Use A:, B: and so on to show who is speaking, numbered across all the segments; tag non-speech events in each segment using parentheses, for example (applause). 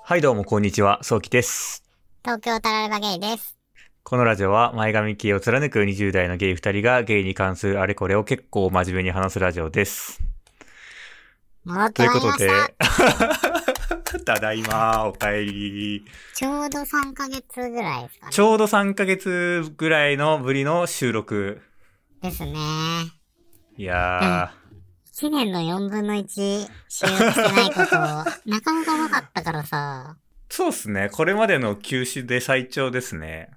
A: はいどうもこんにちは、そうきです。
B: 東京タラレバゲイです。
A: このラジオは前髪系を貫く20代のゲイ2人がゲイに関するあれこれを結構真面目に話すラジオです。
B: 戻って
A: という
B: ま
A: こ
B: いりま
A: と
B: し
A: で
B: た。、
A: ただいま、お帰り。
B: ちょうど3ヶ月ぐらいですかね
A: ち。ょうど3ヶ月ぐらいのぶりの収録。
B: ですね。
A: いや
B: 1年の4分の1収録してないこと、なかなかなかったからさ。
A: ー、そうっすね。これまでの休止で最長ですね。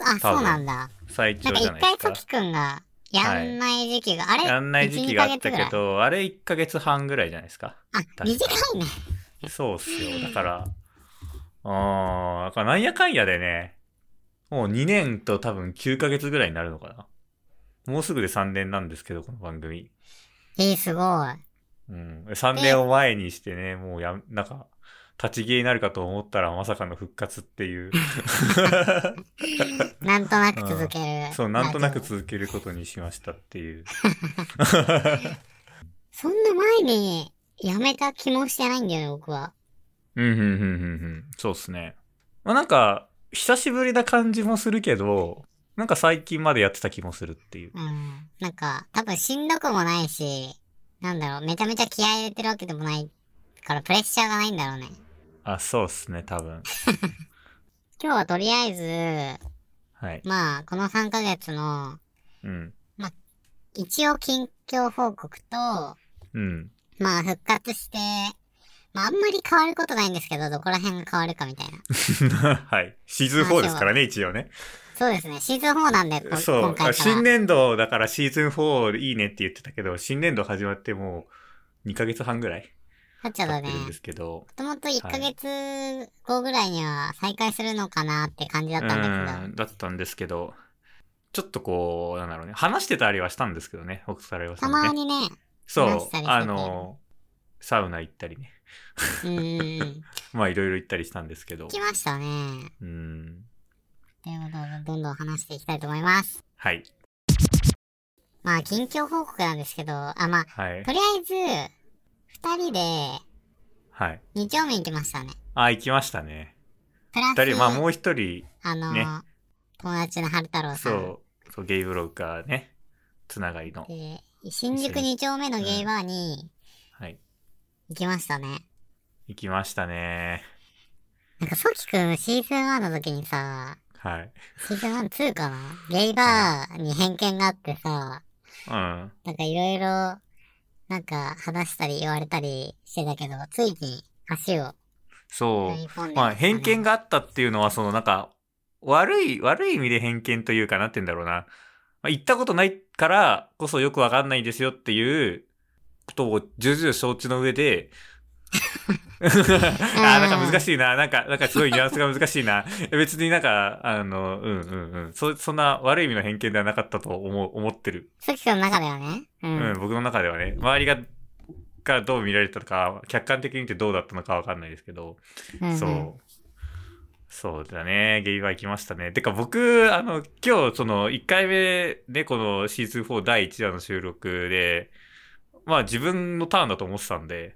B: あ、
A: 多分
B: そうなんだ。
A: 最
B: な
A: 長
B: んか
A: じ
B: 一
A: ゃないで
B: 回
A: すか
B: ト。キくんがやんない時期が、あれ
A: やんない時期があったけ。
B: 1 2
A: ど、あれ1ヶ月半ぐらいじゃないですか。
B: ヶ月ぐらいあ、短いね。
A: そうっすよ。だから、あー、だからなんやかんやでね、もう2年と多分9ヶ月ぐらいになるのかな。もうすぐで3年なんですけど、この番組。
B: えー、すごい。
A: うん。3年を前にしてね、もうや、なんか、立ち消えになるかと思ったらまさかの復活っていう。 (laughs)
B: なんとなく続ける。
A: そう、なんとなく
B: ラジオ
A: 続けることにしましたっていう。
B: そんな前にやめた気もしてないんだよね、僕は。
A: うん、うん、うん、うん、うん。そうっすね。まあなんか、久しぶりな感じもするけど、なんか最近までやってた気もするっていう。
B: うん。なんか、多分しんどくもないし、なんだろう、めちゃめちゃ気合い入れてるわけでもないから、プレッシャーがないんだろうね。
A: あ、そうっすね、多分。
B: 今日はとりあえ
A: はい
B: ず、。まあ、この3ヶ月の、
A: うん。
B: 一応近況報告と、ま
A: うん。 (laughs)
B: あ、復活して、まあ、あんまり変わることないんですけど、どこら辺が変わるかみたいな。
A: はい。シーズン4ですからね、一応ね。
B: そうですね、シーズン4なんで、こ
A: そう
B: 今。回か
A: 新
B: ら。
A: 年度だからシーズン4いいねって言ってたけど、新年度始まってもう2ヶ月半ぐらい
B: なっちゃ
A: 経
B: うだ
A: っ
B: ね
A: て。るんですけど。
B: もともと1ヶ月後ぐらいには再開するのかなって感じだったんだけど
A: う、ん、だったんですけど、ちょっとこう、なんだろうね。話してたりはしたんですけどね、僕とライバさ
B: た
A: んもね。
B: まにね、話
A: そ
B: し
A: う
B: たりして。て
A: あの、サウナ行ったりね。
B: うんうんうん。
A: まあいろいろ行ったりしたんですけど。
B: 来ましたね。
A: うん。
B: ということで、どんどん話していきたいと思います。
A: はい。
B: まあ、近況報告なんですけど、あ、まあ、
A: はい
B: と。りあえず、二人で
A: はい。
B: 二丁目行きましたね。
A: あ、行きましたね。
B: プ
A: 二
B: ラス、
A: 人、まあもう一人、
B: あの、
A: ね
B: 友達の春太郎さん。
A: そう、そうゲイブローカーね、つながりの。
B: で、新宿二丁目のゲイバーに
A: はい。
B: 行きましたね。
A: 行きましたね。
B: なんか、ソキくん、シーズン1の時にさ、
A: はい。
B: シーズン1、2かなゲイバーに偏見があってさ、
A: うん。
B: なんかいろいろ、なんか話したり言われたりしてたけど、ついに足を
A: そ
B: 踏み込んで
A: う。
B: きたね
A: まあ、偏見があったっていうのは、そのなんか、悪い、悪い意味で偏見というかなって言うんだろうな。まあ、行ったことないからこそよくわかんないですよっていうことを重々承知の上で、 (laughs) あーなんか難しいな。なんか、なんかすごいニュアンスが難しいな。別になんか、あの、うんうんうん。そ、そんな悪い意味の偏見ではなかったと思う、思ってる。
B: ソキくんの中ではね。うん。
A: うん、僕の中ではね、周りが、からどう見られたとか、客観的に見てどうだったのかわかんないですけど、
B: うんうん
A: そう。そうだね、ゲイバー行きましたね。てか僕、あの、今日、その、1回目で、このシーズン4第1話の収録で、まあ自分のターンだと思ってたんで、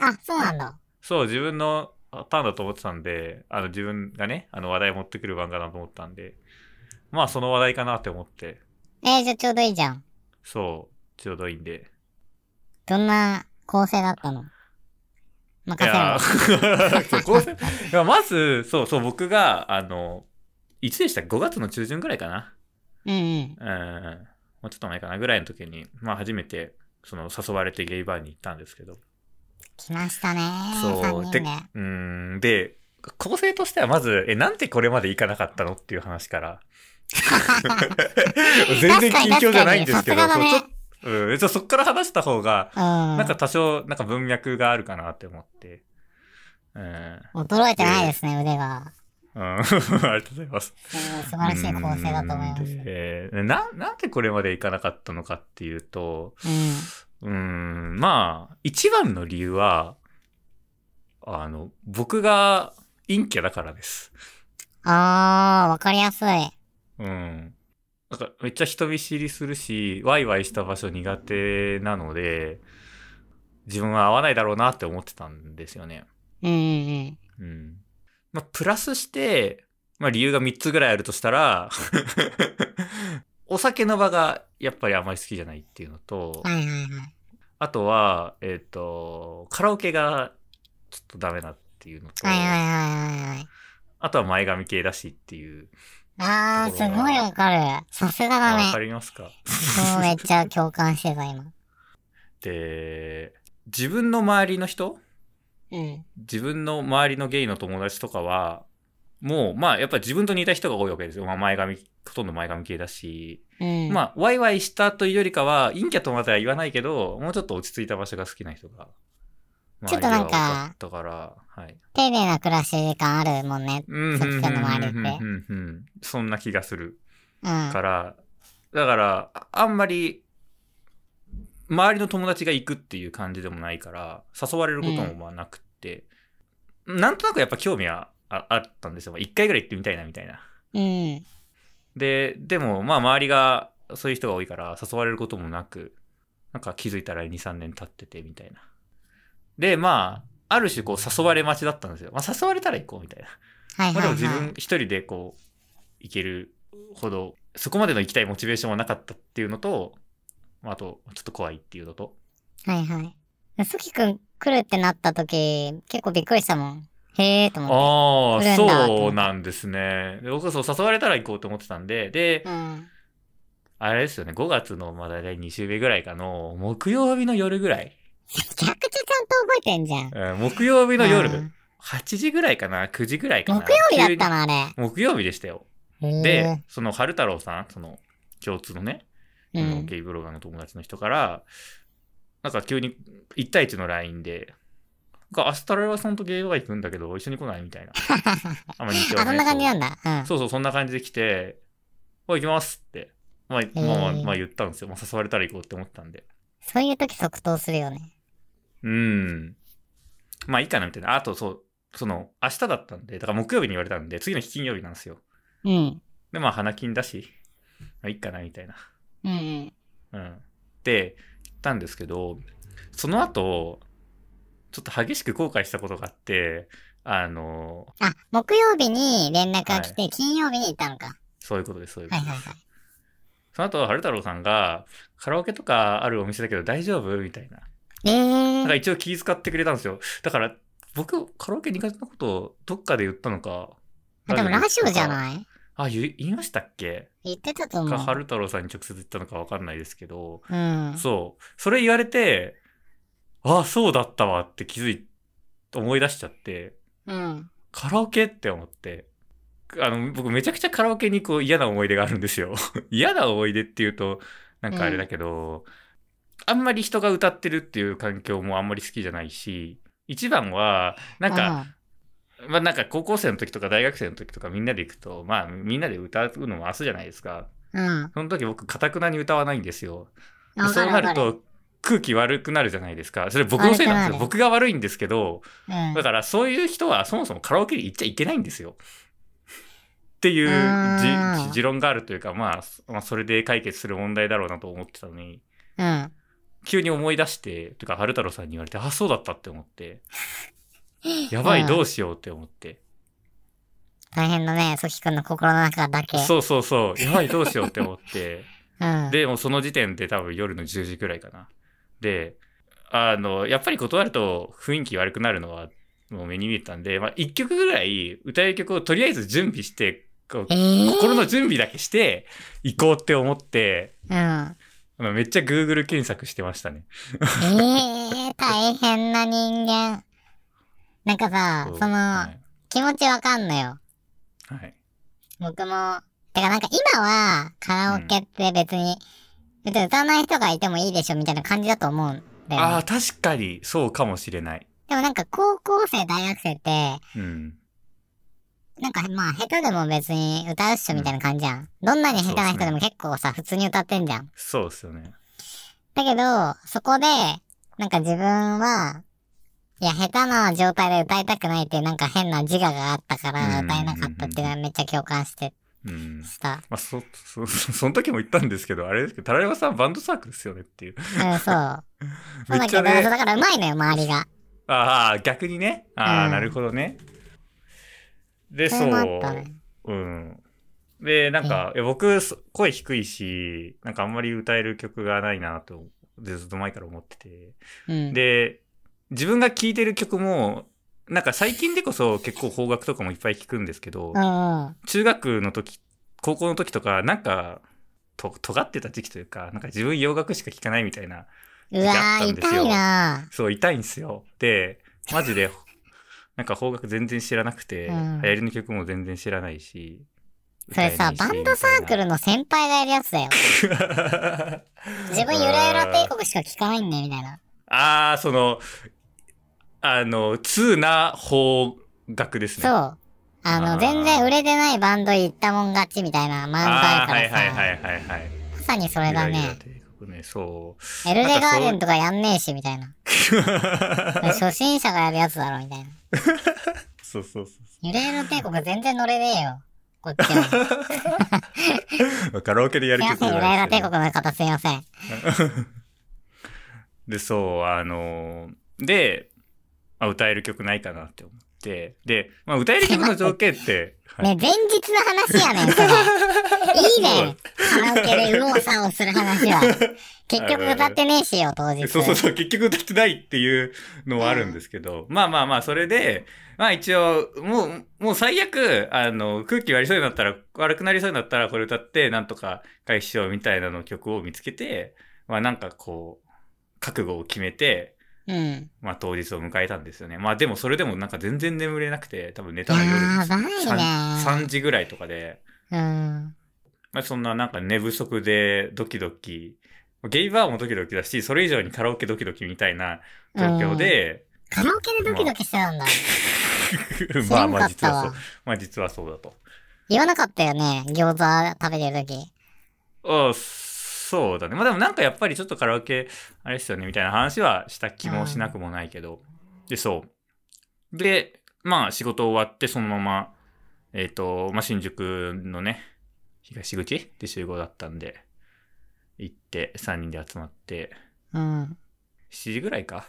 B: あ、そうなんだ。
A: そう、自分のターンだと思ってたんで、あの、自分がね、あの、話題持ってくる番かなと思ったんで、まあその話題かなって思って、
B: えー、じゃあちょうどいいじゃん。
A: そう、ちょうどいいんで、
B: どんな構成だったの任
A: い
B: せ
A: や
B: ろ。
A: ー (laughs) そうこういやまず、そうそう、僕が、あの、いつでした ?5 月の中旬ぐらいかな。
B: うんうん。
A: うん。もうちょっと前かなぐらいの時に、まあ初めて、その、誘われてゲイバーに行ったんですけど。
B: 来ましたね
A: そう
B: ー。3人で。
A: でうん。で、構成としてはまず、え、なんでこれまで行かなかったのっていう話
B: (laughs)
A: から。全然近況じゃないんですけど、
B: 確かに
A: そう
B: 確
A: ちょうん、ちょそっから話した方が、
B: うん。
A: なんか多少、なんか文脈があるかなって思って。うん。 (laughs)
B: 衰えてないですね、腕が。
A: うんありがとうございます。
B: すごい素晴らしい構成だと思います。
A: うんえーな、なんでこれまでいかなかったのかっていうと、
B: う
A: うー
B: ん。
A: ん、まあ、一番の理由は、あの、僕が陰キャだからです。
B: あー、わかりやすい。
A: うん。なんかめっちゃ人見知りするし、ワイワイした場所苦手なので、自分は合わないだろうなって思ってたんですよね。
B: うんうん
A: うん。まあ、プラスして、まあ、理由が3つぐらいあるとしたら、 (laughs) お酒の場がやっぱりあまり好きじゃないっていうのと、
B: はいはいはい。
A: あとは、えっ、と、カラオケがちょっとダメだっていうのと、
B: はいはいはいはいはい。
A: あとは前髪系だしっていう。
B: あー、すごいわかる。さすがだ
A: あわ
B: ね
A: か。りますか
B: もうめっちゃ共感してた、今。
A: (laughs) で、自分の周りの人
B: うん。
A: 自分の周りのゲイの友達とかは、もう、まあ、やっぱ自分と似た人が多いわけですよ。まあ、前髪、ほとんど前髪系だし、
B: うん。
A: まあ、ワイワイしたというよりかは、陰キャとまでは言わないけど、もうちょっと落ち着いた場所が好きな人が、
B: ちょっとなんか
A: だから、はい。
B: 丁寧な暮らし感あるもんね。
A: うん、うん、
B: さっきの周りって
A: うんうんうんうんそんな気がする
B: うん。
A: から、だから、ああんまり、周りの友達が行くっていう感じでもないから、誘われることもまあなくって、なんとなくやっぱ興味はああったんですよ。まあ一回ぐらい行ってみたいなみたいな。
B: うん。
A: で、でも、まあ、周りがそういう人が多いから、誘われることもなく、なんか気づいたら2、3年経ってて、みたいな。で、まあ、ある種、こう、誘われ待ちだったんですよ。まあ、誘われたら行こう、みたいな。
B: はいはい、
A: まあ、
B: はい。
A: でも自分一人で、こう、行けるほど、そこまでの行きたいモチベーションはなかったっていうのと、まあ、あと、ちょっと怖いっていうのと。
B: はいはい。すきくん来るってなった時、結構びっくりしたもん。へえーと思っ
A: あ
B: ーそうなんだ
A: そうなんですね。で僕はそう、誘われたら行こうと思ってたんで、で、
B: て。うん。
A: あれですよね、5月の、まあ、大体2週目ぐらいかの、木曜日の夜ぐらい。
B: めちゃくちゃちゃんと覚えてんじゃん。
A: えー木曜日の夜、
B: うん
A: 8時ぐらいかな、9時ぐらいかな。
B: 木曜日だったのあれ。
A: 急に木曜日でしたよ。
B: へ
A: で、その春太郎さん、その共通のね、
B: え、う
A: あの
B: ん。
A: ゲイブロガーの友達の人から、なんか急に1対1の LINE で、なんか明日太郎さんとゲイバー行くんだけど、一緒に来ないみ
B: (laughs)
A: たいな。あんまり日
B: あ、そんな感じなん
A: だ。
B: だ。うん。
A: そうそう、そんな感じで来て、おい行きますって。まあ、まあまあ、まあ言ったんですよ。まあ、誘われたら行こうって思ったんで。
B: そういう時即答するよね。
A: うん。まあいいかなみたいな。あとそう、その、明日だったんで、だから木曜日に言われたんで、次の日金曜日なんですよ。
B: うん。
A: で、まあ花金だし、まあいいかなみたいな。
B: うんう
A: う
B: ん。
A: ん。で、言ったんですけど、その後、ちょっと激しく後悔したことがあって、あの、
B: あ、木曜日に連絡が来て、金曜日に行ったのか。
A: そういうことです、そういうこ
B: はい
A: とで
B: はい
A: す。
B: はい。
A: その後、春太郎さんが、カラオケとかあるお店だけど大丈夫みたいな。
B: え
A: なんか
B: ー、
A: 一応気遣ってくれたんですよ。だから、僕、カラオケ苦手なことをどっかで言ったのか。
B: あでもラジオじゃ
A: い
B: ない
A: あ、言い言いましたっけ
B: 言ってたと思
A: か、
B: う。
A: 春太郎さんに直接言ったのかわかんないですけど、
B: うん。
A: そう。それ言われて、あ、そうだったわって気づい、思い出しちゃって、
B: うん。
A: カラオケって思って、あの、僕めちゃくちゃカラオケにこう嫌な思い出があるんですよ。 (laughs) 嫌な思い出っていうと、なんかあれだけど、あんまり人が歌ってるっていう環境もあんまり好きじゃないし、一番は、なんか、まあなんか高校生の時とか大学生の時とかみんなで行くと、まあみんなで歌うのも明日じゃないですか。
B: うん、うん。
A: その時僕、かたくなに歌わないんですよ。
B: あ
A: そうなる、
B: わか
A: と空気悪くなるじゃないですか。それ僕のせいなんですよ。
B: 悪
A: 僕が悪いんですけど、
B: るわか
A: だ
B: る
A: からそういう人はそもそもカラオケに行っちゃいけないんですよ。っていうじ
B: うん
A: 持論があるというか、まあ、そまあ、それで解決する問題だろうなと思ってたのに、
B: うん。うん。
A: 急に思い出して、というか、春太郎さんに言われて、あ、そうだったって思って、やば
B: う
A: い、
B: ん
A: どうしようって思って。
B: 大変だね、ソキ君の心の中だけ。
A: そうそうそう、やばい、どうしようって思って。
B: うん。
A: で、もうその時点で多分夜の10時くらいかな。で、あの、やっぱり断ると雰囲気悪くなるのはもう目に見えたんで、まあ一曲ぐらい歌える曲をとりあえず準備して、こう
B: えー、
A: 心の準備だけして行こうって思って、
B: うん。え
A: まあめっちゃ Google 検索してましたね。
B: ー、大変な人間。なんかさ
A: こう、
B: そ
A: は
B: の、
A: い。
B: 気持ちわかんのよ。
A: はい、
B: 僕も。てかなんか今は、カラオケって別に、別に歌わない人がいてもいいでしょみたいな感じだと思うんだよ
A: あ
B: ね。
A: あ、確かにそうかもしれない。
B: でもなんか高校生、大学生って、
A: うん。
B: なんかまあ下手でも別に歌うっしょみたいな感じじゃん。どんなに下手な人でも結構さ、普通に歌ってんじゃん。
A: そうですよね。
B: だけど、そこで、なんか自分は、いや、下手な状態で歌いたくないっていうなんか変な自我があったから
A: うん
B: 歌えなかったっていうのはめっちゃ共感して
A: うん。
B: した。
A: まあ、そ、そ、 (laughs) その時も言ったんですけど、あれですけど、タラレバさんバンドサークルですよねっていう。
B: うん、そう。そう
A: (laughs) め
B: だ
A: っ
B: け
A: ちゃ
B: ど、
A: ね
B: そうだからうまいのよ、周りが。
A: ああ、逆にね。ああ、
B: うん
A: なるほどね。で、
B: それ
A: そう
B: もあったね。。
A: うん。で、なんか、いや僕、そ声低いし、なんかあんまり歌える曲がないなと、ずっと前から思ってて。
B: うん。
A: で、自分が聴いてる曲も、なんか最近でこそ結構邦楽とかもいっぱい聴くんですけど
B: う、んうん。
A: 中学の時、高校の時とか、なんか、と、尖ってた時期というか、なんか自分洋楽しか聴かないみたいな、
B: う
A: 時期
B: わ
A: あった
B: ー、
A: んですよ
B: 痛いな
A: そう、痛いんですよ。で、マジで、なんか邦楽全然知らなくて、
B: うん
A: 流行りの曲も全然知らないし。
B: それさ、
A: 歌
B: バ
A: えないし
B: ンドサークルの先輩がやるやつだよ。
A: みたいな
B: 自分ゆらゆら帝国しか聞かないんだよ、みたいな。
A: ああ、その、あの、通な邦楽ですね。。
B: そうう。あ
A: あ
B: の、
A: ー
B: 全然売れてないバンド行ったもん勝ちみたいな
A: あ
B: 漫才
A: あ、はい
B: か
A: はい
B: ら
A: は
B: さ、
A: いはいはい。
B: まさにそれだ
A: ゆらゆら
B: ね。
A: 帝国ね、そう。
B: エル
A: な
B: レ
A: ん
B: ガ
A: かそう
B: ーデンとかやんねえし、みた
A: (laughs)
B: いな。初心者がやるやつだろ、みたいな。
A: そうそうそ
B: ゆらゆら帝国全然乗れねえよ。こっちは。す
A: う。カラオケでや
B: い
A: る
B: ま
A: 曲
B: せん、
A: じ
B: ゆ
A: ゃ
B: らゆ
A: な
B: ら
A: いです
B: 帝
A: よね
B: 国の方すいません。
A: で、そう、あのーで、あ、歌える曲ないかなって思って、で、まあ、歌える曲の条件
B: (laughs)
A: って、はい
B: ね、前日の話やねん、それ。
A: (laughs)
B: いいねカラオケで右往左往する話は。結局歌ってねえしよ、当
A: (laughs)
B: 日。
A: そうそうそう、結局歌ってないっていうのはあるんですけ
B: (laughs)
A: ど、まあまあまあ、それで、まあ一応、もう、もう最悪、あの、空気悪そうになったら、悪くなりそうになったら、これ歌って、なんとか回避しようみたいなの曲を見つけて、まあなんかこう、覚悟を決めて、
B: うん。
A: まあ当日を迎えたんですよね。まあでもそれでもなんか全然眠れなくて、多分寝た
B: や
A: の夜
B: ばい
A: 3,
B: ね
A: 時ぐらいとかで、
B: うん。
A: まあ、そんななんか寝不足でドキドキ、ゲイバーもドキドキだし、それ以上にカラオケドキドキみたいな状況で、
B: カラオケでドキドキしてたんだ。
A: (laughs)
B: 知
A: ま
B: ら
A: あ
B: ん
A: ま
B: か
A: あ
B: っ
A: 実
B: た
A: はそ
B: わ
A: う。。まあ実はそうだと。
B: 言わなかったよね、餃子食べてる時。
A: あそうだね。まあでもなんかやっぱりちょっとカラオケ、あれですよね、みたいな話はした気もしなくもないけど。で、そう。で、まあ仕事終わってそのまま、えっ、と、まあ新宿のね、東口で集合だったんで、行って3人で集まって、
B: うん。
A: 7時ぐらいか。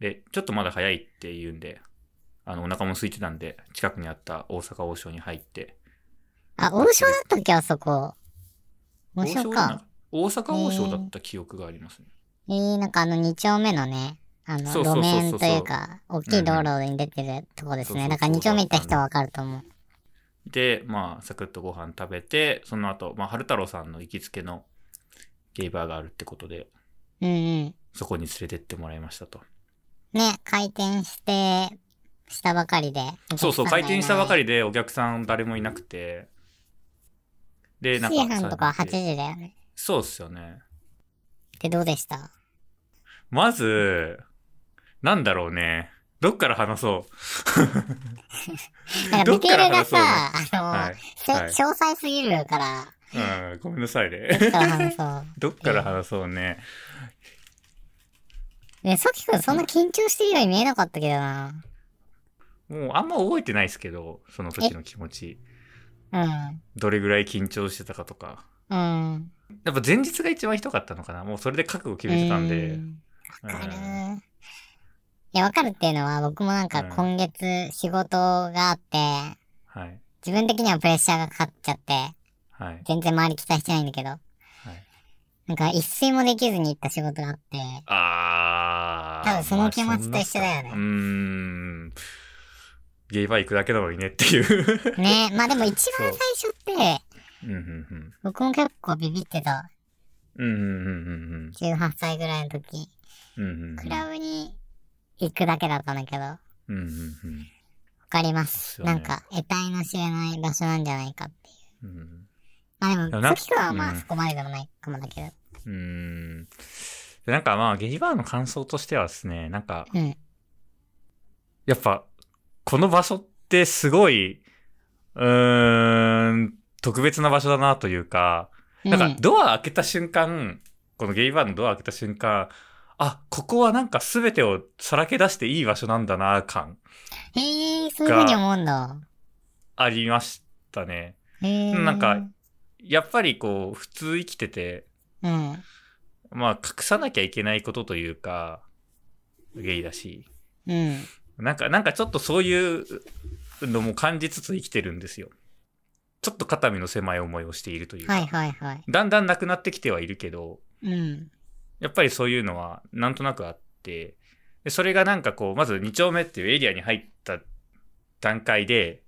A: で、ちょっとまだ早いって言うんで、あの、お腹も空いてたんで、近くにあった大阪王将に入って。
B: あ、王将だったっけ、あそこ。王将
A: じゃな
B: か。
A: い。大阪王将だった記憶がありますね。
B: えー、なんかあの2丁目のね、あの、
A: そうそうそ
B: 路
A: うそう
B: 面というか、大きい道路に出てるとこです
A: うんう
B: ね。
A: ん
B: だから2丁目行った人はわかると思う。
A: で、まあ、サクッとご飯食べて、その後、まあ、春太郎さんの行きつけのゲイバーがあるってことで、
B: うんうん。
A: そこに連れてってもらいましたと。
B: ね、開店して、したばかりで。
A: そうそう、開店したばか
B: り。
A: りでお客さん誰もいなくて、で、なんか、
B: 7時半とか8
A: さ
B: 時だよね。
A: そうっすよね。
B: で、どう
A: (laughs)
B: でした
A: まず、なんだろうね。どっから話そう。
B: なんか
A: ど
B: デ
A: っ
B: ィテ
A: か
B: ー
A: ら
B: ルが
A: 話そ
B: さ
A: う、
B: あの、
A: はい。
B: せ
A: はい
B: 詳細すぎるから、
A: うん、ごめんなさいね。
B: (laughs) どっから話そう。
A: どっから話そうね。
B: ね、さきくんそんな緊張してるように見えなかったけどな。
A: もうあんま覚えてないですけど、その時の気持ち。
B: うん。
A: どれぐらい緊張してたかとか。
B: うん。
A: やっぱ前日が一番ひどかったのかな。もうそれで覚悟決めてたん
B: う
A: で。
B: ん
A: う
B: わかる
A: ん。
B: ー。いや、わかるっていうのは、僕もなんか
A: うん
B: 今月仕事があって、
A: はい。
B: 自分的にはプレッシャーがかかっちゃって、
A: はい。
B: 全然周り期待してないんだけど、なんか一睡もできずに行った仕事があって、
A: あー。
B: 多分その気持ちと一緒だよね
A: まあそんなさうーん。ゲイバー行くだけなのにねっていう。 (laughs)
B: ね、まあでも一番
A: そう
B: 最初って、
A: うん、うん、
B: 僕も結構ビビってた、
A: うん。うん、うん、うん、
B: 18歳ぐらいの時、
A: うん。うん、うん。
B: クラブに行くだけだったんだけど、わ
A: うん、うん、うん。
B: かります。
A: そうっすよね
B: なんか、得体の知れない場所なんじゃないかってい
A: う
B: う。
A: ん
B: まあで
A: で
B: も、
A: も
B: さ
A: な
B: きくんはま
A: う
B: あ
A: ん
B: そこまででもないかもだけど。
A: うーん。でなんかまあ、ゲイバーの感想としてはですね、なんか、
B: うん。
A: やっぱ、この場所ってすごい、うーん、特別な場所だなというか、なん
B: う
A: かドア開けた瞬間、このゲイバーのドア開けた瞬間、あ、ここはなんか全てをさらけ出していい場所なんだな、感、
B: へえ、そういうふうに思うんだ。
A: ありましたね。
B: へえ。
A: なんか、やっぱりこう、普通生きてて、
B: うん。
A: まあ、隠さなきゃいけないことというか、ゲイだし、
B: うん。
A: なんか、なんかちょっとそういうのも感じつつ生きてるんですよ。ちょっと肩身の狭い思いをしているというか、
B: はいはいはい。
A: だんだんなくなってきてはいるけど、
B: うん。
A: やっぱりそういうのはなんとなくあって、でそれがなんかこう、まず2丁目っていうエリアに入った段階で、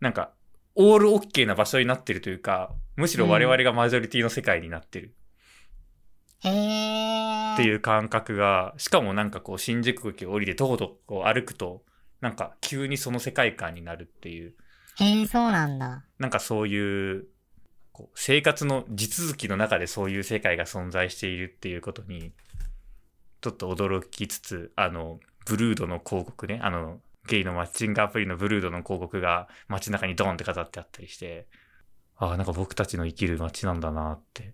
A: なんか、オールオッケーな場所になってるというか、むしろ我々がマジョリティの世界になってる
B: へえ。
A: って
B: う。
A: いう感覚が、しかもなんかこう、新宿駅を降りて、とことこう歩くと、なんか急にその世界観になるっていう、
B: へえ、そうなんだ。
A: なんかそういう、こう生活の地続きの中でそういう世界が存在しているっていうことに、ちょっと驚きつつ、あの、ブルードの広告ね、あの、ゲイのマッチングアプリのブルードの広告が街中にドーンって飾ってあったりして、ああ、なんか僕たちの生きる街なんだなって。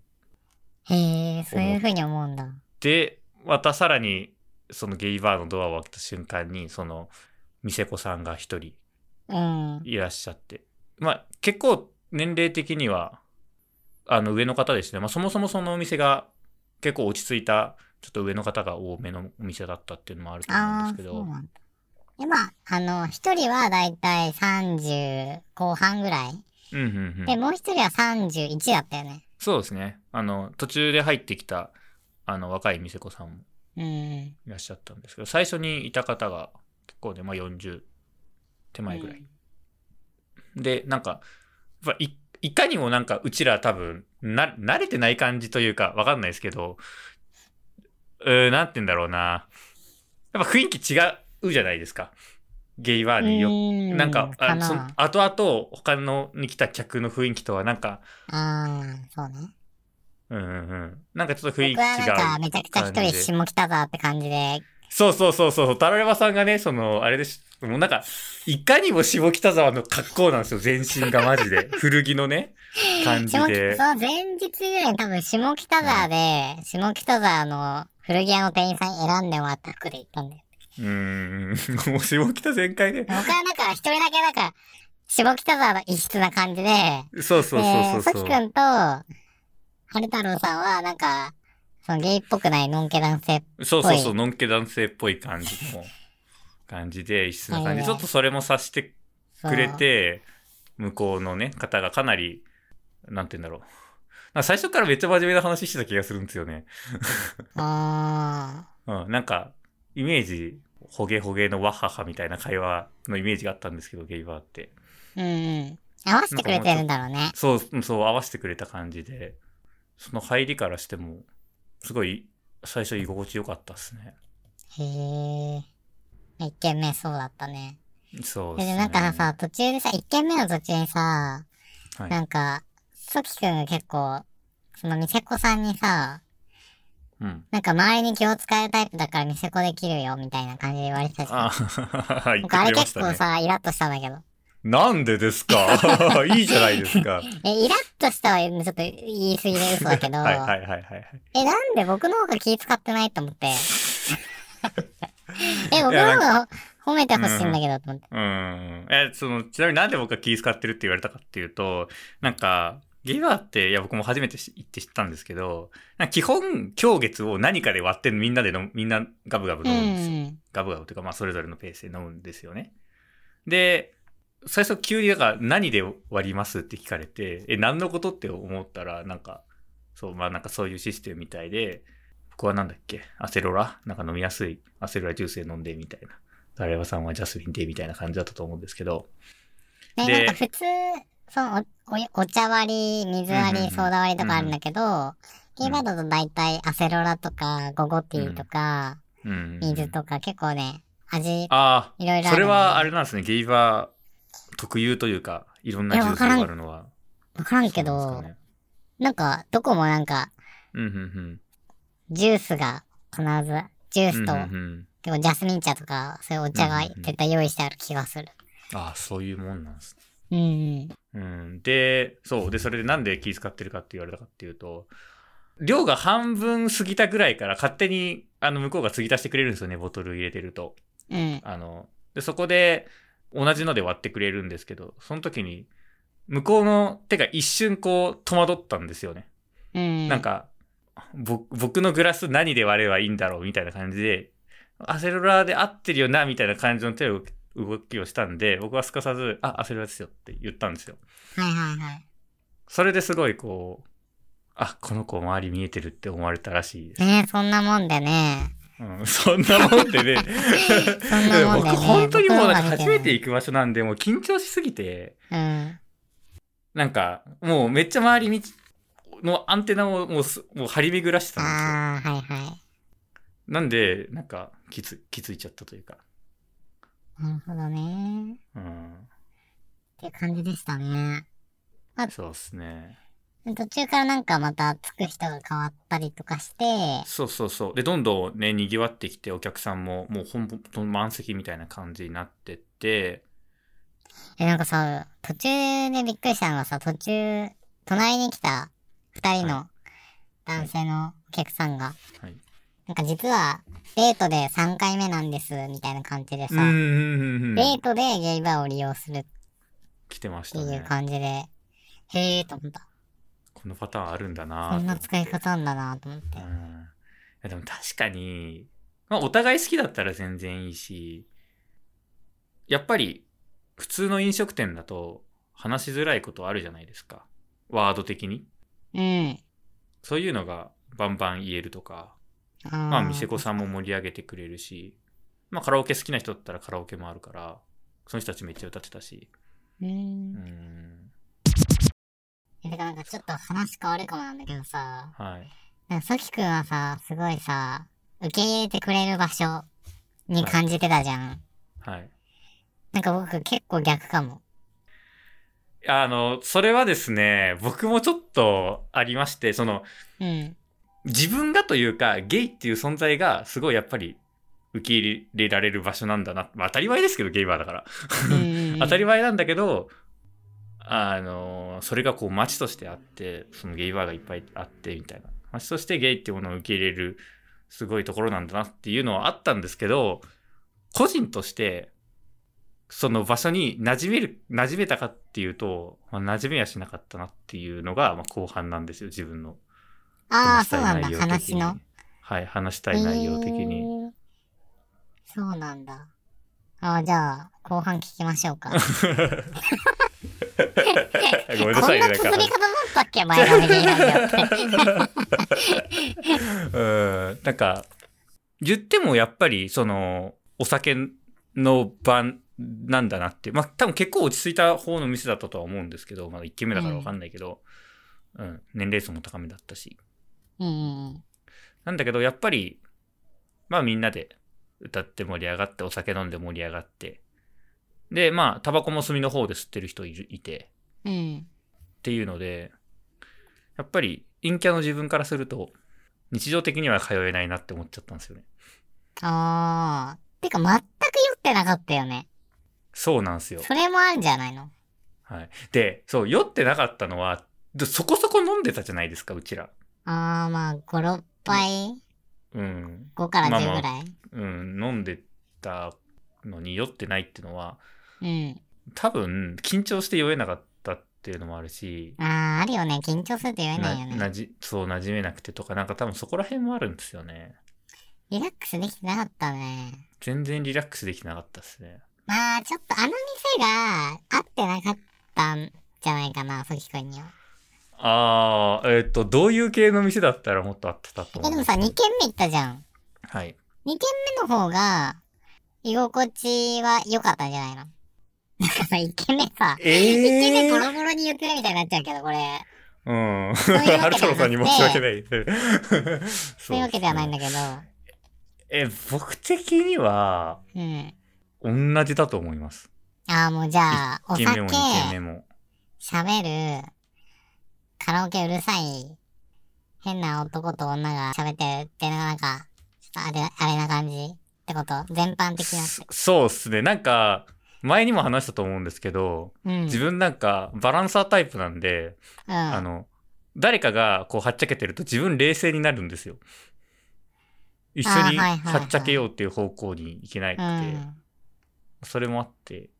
B: へえ、そういう風に思うんだ。
A: で、またさらに、そのゲイバーのドアを開けた瞬間に、その、店子さんが一人
B: うん。
A: いらっしゃって。まあ、結構年齢的には、あの、上の方ですね。まあ、そもそもそのお店が結構落ち着いた、ちょっと上の方が多めのお店だったっていうのもあると思うん
B: あ
A: です
B: あ、
A: け
B: そう
A: ど、
B: なんだ。今、あの、一人はだいたい30後半ぐらい。
A: うんうんう
B: で、
A: ん。
B: もう一人は31だったよね。
A: そうですね。あの、途中で入ってきた、あの、若い店子さんも
B: うん。
A: いらっしゃったんですけど、最初にいた方が結構ね、まあ40手前ぐらい。で、なんか、やっぱいいかにもなんか、うちら多分な、慣れてない感じというか、わかんないですけど、うーん、なんて言うんだろうな。やっぱ雰囲気違うじゃないですか。ゲイバーによ。
B: う
A: なんか、
B: か
A: あその
B: な
A: 後々、他のに来た客の雰囲気とはなんか、
B: ああ、そうね。
A: うんうんうん。なんかちょっと雰囲
B: 僕
A: 気違
B: はなんかめ
A: う。
B: ちゃくちゃ一人下北沢って感じで、
A: そうそうそうそう。タラレバさんがね、その、あれです。もうなんか、いかにも下北沢の格好なんですよ。全身がマジで。古着の
B: (laughs)
A: ね、感じ
B: 下
A: で
B: 北。その前日ぐらいに多分下北沢で、下北沢の古着屋の店員さんに選んでもらった服で行ったんだよ。
A: うーん、 (laughs) もう下北全開で。
B: 僕はなんか一人だけなんか、下北沢の異質な感じ
A: (laughs)
B: で、
A: そうそうそうそうそ
B: でさ
A: う。
B: きくんと、春太郎さんはなんか、そのゲイっぽくないノンケ男性。
A: そうそう
B: ぽ
A: そう、
B: い
A: のんけ男性っぽい感じの、感じで、一室な感
B: は
A: じ。
B: い
A: ちょっとそれも察して
B: そう
A: くれ。て、向こうのね、方がかなり、なんて言うんだろう。なんか最初からめっちゃ真面目な話してた気がするんですよね。
B: あ
A: うん、なんか、イメージ、ほげほげのわははみたいな会話のイメージがあったんですけど、ゲイバーって。
B: ー。うんうん。合わせてくれてるんだろうね。
A: そう、うんそう、合わせてくれた感じで、その入りからしても、すごい、最初居心地良かったですね。
B: へえ。一軒目そうだったね。
A: そう
B: で
A: ですね。
B: なんかさ、途中でさ、一軒目の途中にさ、
A: はい
B: なんか、ソキくんが結構、その店子さんにさ、
A: うん。
B: なんか周りに気を使えるタイプだから店子できるよ、みたいな感じで言われてたじゃん。
A: あ (laughs) 言って
B: 僕あ
A: くれ
B: れ
A: まし
B: 結
A: た
B: 構
A: ね。
B: さ、イラッとしたんだけど。
A: なんでですか (laughs) いいじゃないですか。
B: え、イラッとしたはちょっと言い過ぎで嘘 (laughs) だけど、
A: (laughs) はいはいはいはいはい。
B: え、なんで僕の方が気使ってないと思
A: (laughs)
B: って。え、
A: い
B: 僕
A: や
B: の方が褒めてほしいんだけど、と思って。
A: うーん。え、その、ちなみになんで僕が気遣ってるって言われたかっていうと、なんか、ゲイバーって、いや僕も初めて知行って知ったんですけど、なんか基本、今月を何かで割ってみんなで飲むみんなガブガブ
B: う
A: 飲むんですよ。
B: ん。
A: ガブガブというか、まあ、それぞれのペースで飲むんですよね。で、最初急に、だから、何で割りますって聞かれて、え、何のことって思ったら、なんか、そう、まあ、なんかそういうシステムみたいで、僕はなんだっけ、アセロラなんか飲みやすい、アセロラジュースで飲んで、みたいな。ダレバさんはジャスミンで、みたいな感じだったと思うんですけど、
B: ね、
A: で
B: なんか普通、そのおおお茶割り、水割
A: うんうんうん
B: り、ソーダ割りとかあるんだけど、キーワードだと大体アセロラとか、ゴゴティーとか、
A: うん。
B: 水とか結構ね、味、い
A: あ
B: ろいろある、
A: あ、それはあれなんですね、ゲイバー特有というか、いろんなジュースがあるのは。
B: わからんけ
A: そうなんで
B: ど、
A: すかね
B: なんか、どこもなんか、
A: うん、うん、うん。
B: ジュースが必ず、ジ
A: うん
B: ュース
A: う
B: と、
A: んうん
B: 結構ジャスミン茶とか、そういうお茶が
A: うんうんうん
B: 絶対用意してある気がする。
A: ああ、そういうもんなんですね
B: うんうん。
A: うん、で、そう。で、それでなんで気遣ってるかって言われたかっていうと、量が半分過ぎたぐらいから勝手に、あの、向こうが継ぎ足してくれるんですよね、ボトル入れてると。
B: うん。
A: あの、で、そこで、同じので割ってくれるんですけど、その時に、向こうの手が一瞬こう、戸惑ったんですよね。
B: うん。
A: なん、か、ぼ僕のグラス何で割ればいいんだろうみたいな感じで、アセロラで合ってるよな、みたいな感じの手を動きをしたんで、僕はすかさず、あ、アセルラですよって言ったんですよ。
B: はいはいはい。
A: それですごいこう、あ、この子周り見えてるって思われたらしいです。
B: ねえ、そんなもんでね。
A: (laughs) うん、 (laughs) そんなもんでね。
B: そんなもんでね
A: 僕本当にもうなんか
B: 僕の方が見てない
A: 初めて行く場所なんで、もう緊張しすぎて、
B: うん。
A: なんか、もうめっちゃ周りみのアンテナをもうす、もう張り巡らしてたんですよ。
B: ああ、はいはい。
A: なんで、なんか、きつ、きついちゃったというか。
B: なるほどね。
A: うん。
B: っていう感じでしたね。
A: そうですね。
B: 途中からなんかまたつく人が変わったりとかして、
A: そうそうそう。で、どんどんね、賑わってきて、お客さんも、もうほんと満席みたいな感じになってって、
B: え、なんかさ、途中でびっくりしたのがさ、途中、隣に来た二人の男性のお客さんが、
A: はい。
B: なんか実はデートで3回目なんです、みたいな感じでさ、
A: うんうんうん
B: デ
A: うん
B: ー。トでゲイバーを利用するっ
A: 来てましてた
B: いう
A: ね。
B: 感じで、へえーと思った。
A: このパターンあるんだな
B: そ
A: ぁ
B: んな
A: と
B: 使
A: 思っ
B: い
A: て
B: 方なんだなと思って
A: うん。い。やでも確かに、まあお互い好きだったら全然いいし、やっぱり普通の飲食店だと話しづらいことあるじゃないですか。ワード的に。
B: うん。
A: そういうのがバンバン言えるとか、
B: ま
A: まあ店子さんも盛り上げてくれるし、まあカラオケ好きな人だったらカラオケもあるから、その人たちめっちゃ歌ってたし。
B: うん
A: う。ん。
B: えてかなんかちょっと話変わるかもなんだけどさ、
A: はい。
B: なんかさきくんはさ、すごいさ、受け入れてくれる場所に感じてたじゃん。
A: はい。
B: なんか僕結構逆かも。
A: あの、それはですね、僕もちょっとありまして、その、 (laughs)
B: うん。
A: 自分がというか、ゲイっていう存在が、すごいやっぱり、受け入れられる場所なんだな。まあ当たり前ですけど、ゲイバーだから。当たり
B: 前。
A: 前なんだけど、あの、それがこう街としてあって、そのゲイバーがいっぱいあって、みたいな。街としてゲイっていうものを受け入れる、すごいところなんだなっていうのはあったんですけど、個人として、その場所に馴染める、馴染めたかっていうと、まあ、馴染めやしなかったなっていうのが、まあ、後半なんですよ、自分の。
B: ああ、
A: 話し
B: そ
A: たい
B: うなんだ、
A: 内容的
B: 話
A: に
B: の。。
A: はい、話したい内容的に。
B: へー。そうなんだ。ああ、じゃあ、後半聞きましょう
A: (laughs)
B: か。
A: ごめんな
B: こ
A: さ
B: ん
A: いね、な
B: な
A: ん
B: 綴
A: か
B: り方だったっけ前髪でいいラジオ
A: (laughs)
B: って。
A: うん、なんか、言ってもやっぱり、その、お酒の場なんだなって、まあ多分結構落ち着いた方の店だったとは思うんですけど、まだ1軒目だからわかんないけど、うん、年齢層も高めだったし。
B: うんうんうん。
A: なんだけど、やっぱり、まあみんなで歌って盛り上がって、お酒飲んで盛り上がって、で、まあ、タバコも炭の方で吸ってる人いるいて、
B: うん。
A: っていうので、やっぱり陰キャの自分からすると、日常的には通えないなって思っちゃったんですよね。
B: ああ。てか、全く酔ってなかったよね。
A: そうなんですよ。
B: それもあるんじゃないの
A: はい。で、そう、酔ってなかったのは、でそこそこ飲んでたじゃないですか、うちら。
B: ああ、まあ、5、6杯、
A: うん。
B: 5から
A: まあ
B: 10
A: まあ
B: ぐらい。
A: うん、飲んでたのに酔ってないっていうのは、
B: うん。
A: 多分、緊張して酔えなかったっていうのもあるし、
B: ああ、あるよね。緊張すると言えないよ
A: な
B: ね。
A: じ、そう、馴染めなくてとか、なんか多分そこら辺もあるんですよね。
B: リラックスできてなかったね。
A: 全然リラックスできてなかったですね。
B: まあ、ちょっとあの店が合ってなかったんじゃないかな、ソキ君には。
A: あー、えっ、と、どういう系の店だったらもっとあってたと
B: え、
A: 思
B: で
A: う。
B: もさ、2軒目行ったじゃん。
A: はい。
B: 2軒目の方が、居心地は良かったんじゃないの (laughs) なんかさ、1軒目さ、
A: え
B: 1軒目ボ
A: ー、
B: ロボロに言ってるみたいになっちゃうけど、これ。
A: うん。
B: ういうわけじゃなくて
A: ハルトロさんに (laughs) 申し訳ない。
B: そういうわけではないんだけど。
A: え、僕的には、
B: うん。
A: 同じだと思います。
B: ああ、もうじゃあ、お
A: 1
B: 酒
A: 軒、目も2軒目も。
B: 喋る、カラオケうるさい、変な男と女が喋ってるっていうのがなんか、ちょっとあれ、あれな感じってこと全般的な。
A: そそうっすね。なんか、前にも話したと思うんですけど、
B: うん。
A: 自分なんかバランサータイプなんで、
B: うん。
A: あの、誰かがこうはっちゃけてると自分冷静になるんですよ。一緒に
B: あーはいはい
A: はっちゃけようっていう方向に行けないって、
B: うん。
A: それもあって、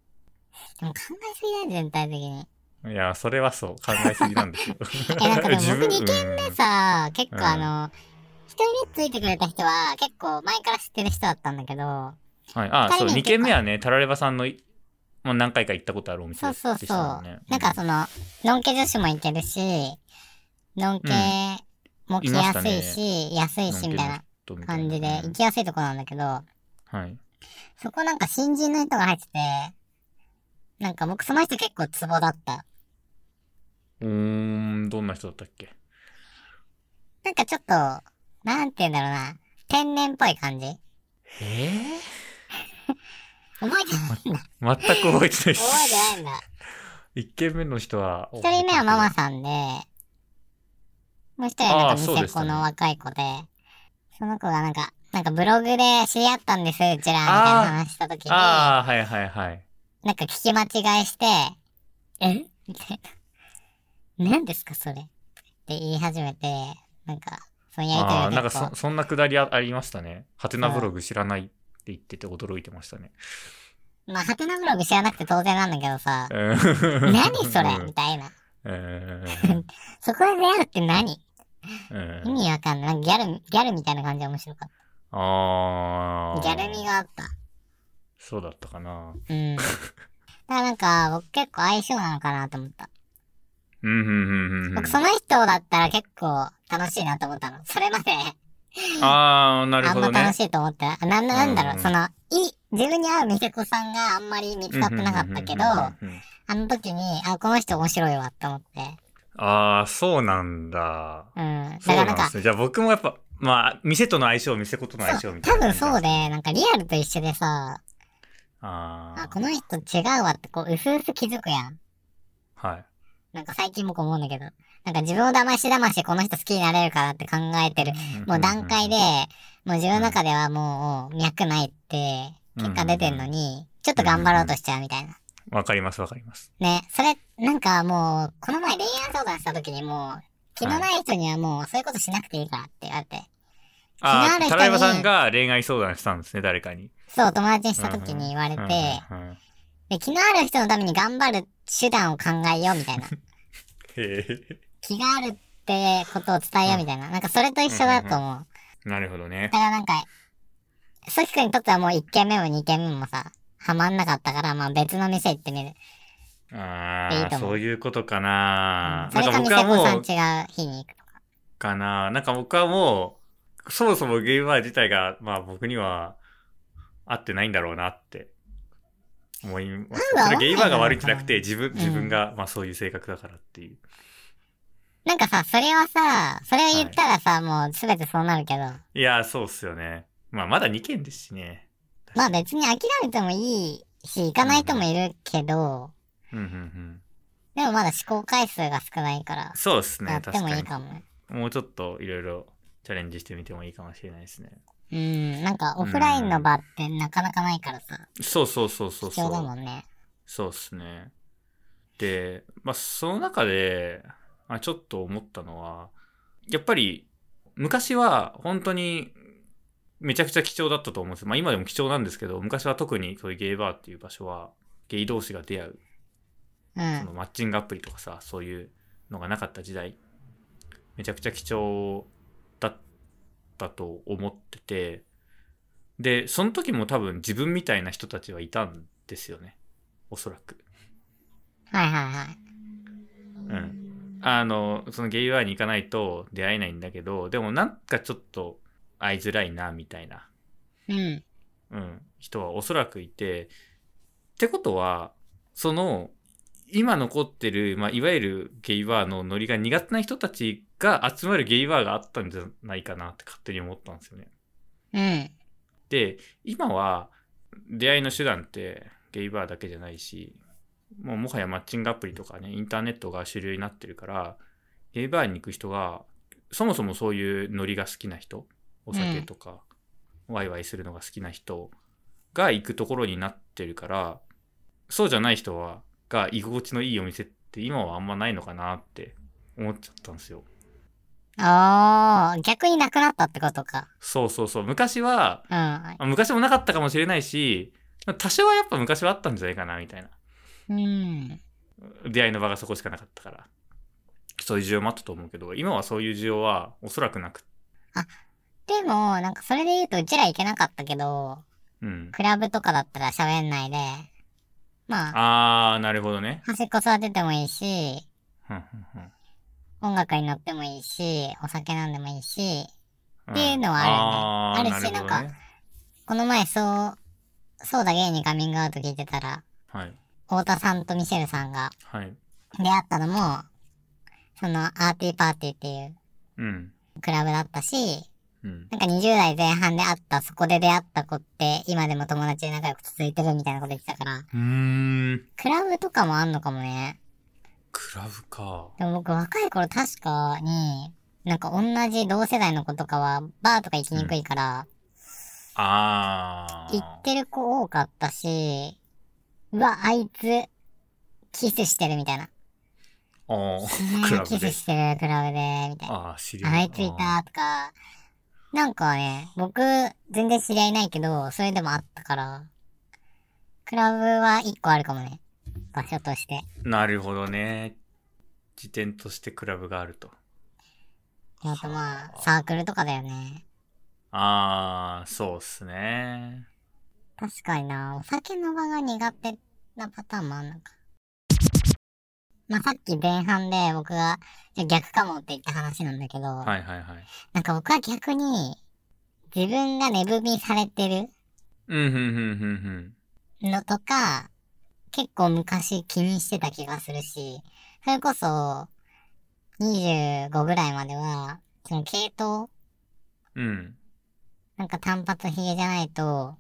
B: でも考えすぎない全体的に。
A: いや、それはそう、考えすぎなんですよ。
B: (laughs) えなんかでも僕
A: 自
B: 二軒
A: 分うん
B: さあ、結構
A: うん
B: あの、一人についてくれた人は結構前から知ってる人だったんだけど、
A: はい、ああ、そう、
B: 二人
A: 2
B: 目
A: 軒目はね、タラレバさんのい、もう何回か行ったことあるお店
B: そう
A: でした
B: そ
A: も
B: うん
A: ね。
B: そう。なんかその、のんけ女子もいけるし、のんけも来やすいし、安いしみたいな
A: うん
B: 感じで、行
A: うん
B: きやすいとこなんだけど、
A: はい。
B: そこなんか新人の人が入ってて、なんか僕その人結構ツボだった。
A: うーん、どんな人だったっけ
B: なんかちょっと、なんて言うんだろうな、天然っぽい感じ。
A: え
B: 覚えて (laughs) ないんだ。
A: 全く覚えてない
B: 覚えて
A: です。
B: ないんだ。
A: 1軒目の人は。
B: 一人目はママさんで、もう一人はなんか
A: あーそうで
B: 店
A: した
B: 子
A: ね
B: の若い子で、その子がなんか、なんかブログで知り合ったんです、うちら、みたいな話した時に、な
A: ああ、はいはいはい。
B: んか聞き間違いして、えみたい (laughs) な。何ですか、それって言い始めて、なんか、そのやりとり
A: ああー、な
B: が
A: んか
B: 結構
A: そそんなくだりあありましたね。ハテナブログ知らないって言ってて驚いてましたね。
B: まあ、ハテナブログ知らなくて当然なんだけ
A: (laughs)
B: どさ、
A: 何 (laughs)
B: 何それみたいな。
A: うん
B: そこで出会うって何 (laughs)
A: うん
B: 意味わかんない。なんかギャル、ギャルみたいな感じで面白かっ
A: あ
B: た。
A: あ。
B: ギャル味があった。
A: そうだったかな。
B: う
A: (laughs)
B: ん。だからなんか、僕結構相性なのかなと思った。
A: うん、うん、うん、うん。
B: 僕その人だったら結構楽しいなと思ったの。それまで、
A: ああ、なる
B: あ
A: ほ
B: ん
A: ど
B: ま
A: ね
B: 楽し。いと思ってな、あなんなんだろ
A: うん
B: う、その、い、自分に合う店子さんがあんまり見つかってなかったけど、あ
A: うんうんうんうんうん
B: の時に、あ、この人面白いわって思って。
A: ああ、そうなんだ。
B: うん。
A: そ
B: だ
A: うな
B: からなんん
A: で
B: か、
A: すね。じゃあ僕もやっぱ、まあ、店との相性、店ことの相
B: そ
A: 性
B: う
A: みた
B: 多
A: いな。
B: 分そう。で、なんかリアルと一緒でさ、
A: あ
B: あ、
A: あ。
B: この人違うわって、こう、うすうす気づくやん。
A: はい。
B: なんか最近僕思うんだけど、なんか自分を騙し騙してこの人好きになれるからって考えてるもう段階で、もう自分の中ではもう脈ないって、結果出てんのに、ちょっと頑張ろうとしちゃうみたいな。
A: わかります、わかります。
B: ね、それ、なんかもう、この前恋愛相談した時にもう、気のない人にはもうそういうことしなくていいからって言われて、
A: あ
B: 気のある
A: あ、
B: 人に
A: タラヤバさんが恋愛相談したんですね、誰かに。
B: そう友達にした時に言われて、
A: うんうんうん
B: で、気のある人のために頑張る手段を考えようみたい (laughs) な。
A: へえ。
B: 気があるってことを伝えようみたいな。なんかそれと一緒だと思う。
A: なるほどね
B: だ。からなんか、ソキ君にとってはもう1軒目も2軒目もさ、ハマんなかったから、まあ別の店行ってみる。い
A: あ
B: い
A: あ、
B: と思う
A: そういうことかな。
B: そ
A: なん
B: れ
A: か
B: か
A: 僕
B: 店
A: は
B: 子さ
A: もう、
B: ん違う日に行くとか。
A: かな。なんか僕はもう、そもそもゲームバー自体が、まあ僕には合ってないんだろうなって思います。
B: なんだ
A: それ
B: 合わないのかな
A: ゲームバーが悪いんじゃなくて、自分、
B: ん
A: 自分が、まあそういう性格だからっていう。
B: なんかさ、それはさ、それを言ったらさ、もう全てそうなるけど、
A: いやー、そうっすよね。まあまだ2件ですしね。
B: まあ別に諦めてもいいし、行かない人もいるけど、
A: うんうんうん。
B: でもまだ試行回数が少ないから、
A: そうっす
B: や
A: ね
B: っ、て
A: 確
B: も
A: か
B: いい
A: に。
B: かもね。
A: もうちょっといろいろチャレンジしてみてもいいかもしれないですね。
B: うん、なんかオフラインの場ってなかなかないからさ、
A: そうそうそうそう
B: 必
A: そう。
B: 要だもんね。
A: そうっすね。で、まあ、その中で、あ、ちょっと思ったのは、やっぱり、昔は本当に、めちゃくちゃ貴重だったと思うんです。まあ今でも貴重なんですけど、昔は特にそういうゲイバーっていう場所は、ゲイ同士が出会う、
B: う
A: その
B: ん、
A: マッチングアプリとかさ、そういうのがなかった時代、めちゃくちゃ貴重だったと思ってて、で、その時も多分自分みたいな人たちはいたんですよね。おそらく。
B: はいはいはい。
A: うん、あのそのゲイバーに行かないと出会えないんだけどでもなんかちょっと会いづらいなみたいな、
B: うん、
A: うん、人はおそらくいてってことはその今残ってる、まあ、いわゆるゲイバーのノリが苦手な人たちが集まるゲイバーがあったんじゃないかなって勝手に思ったんですよね。
B: うん、
A: で今は出会いの手段ってゲイバーだけじゃないしもうもはやマッチングアプリとかねインターネットが主流になってるからゲイバーに行く人がそもそもそういうノリが好きな人お酒とか、ワイワイするのが好きな人が行くところになってるからそうじゃない人はが居心地のいいお店って今はあんまないのかなって思っちゃったんですよ。
B: おー、逆になくなったってことか。
A: そうそうそう昔は
B: うん。
A: まあ昔もなかったかもしれないし、多少はやっぱ昔はあったんじゃないかな、みたいな。
B: うん。
A: 出会いの場がそこしかなかったから。そういう需要もあったと思うけど、今はそういう需要はおそらくなく。
B: でも、なんかそれで言うとうちら行けなかったけど、
A: ううん。
B: クラブとかだったら喋んないで、まあ、
A: あー、なるほどね。
B: 端っこ座っててもいいし、
A: ふんふんふん
B: 音楽に乗ってもいいし、お酒飲んでもいいし、
A: ん
B: っていうのはあるね
A: ー
B: あるし
A: なほどね
B: なこの前そう、そうだゲイにカミングアウト聞いてたら、
A: はい。
B: 太田さんとミシェルさんが
A: はい。
B: 出会ったのも、そのアーティーパーティーっていう
A: うん。
B: クラブだったし、
A: うん。
B: なんか20代前半で会った、そこで出会った子って今でも友達で仲良く続いてるみたいなこと言ってたから、
A: うーん。
B: クラブとかもあんのかもね。
A: クラブか。
B: でも僕若い頃確かに、なんか同じ同世代の子とかはバーとか行きにくいから、
A: あー。
B: 行ってる子多かったし、うわ、あいつ、キスしてるみたいな。
A: あ
B: (laughs) ね
A: ー。クラブ
B: キ
A: で
B: ス。してるクラブで、みたいな。
A: あー、知り合
B: あいついたとか、なんかね、僕、全然知り合いないけど、それでもあったから、クラブは一個あるかもね。場所として。
A: なるほどね。時点としてクラブがあると。
B: であとま
A: は
B: あ、
A: あ
B: サークルとかだよね。
A: あー、そうっすね。
B: 確かにな、お酒の場が苦手なパターンもあんのか。まあ、さっき前半で僕がいや逆かもって言った話なんだけど、
A: はいはいはい。
B: なんか僕は逆に、自分が寝踏みされてる
A: うん、ふんふんふんふん。
B: のとか、結構昔気にしてた気がするし、それこそ、25ぐらいまでは、その系統、
A: うん。
B: なんか単発ヒゲじゃないと、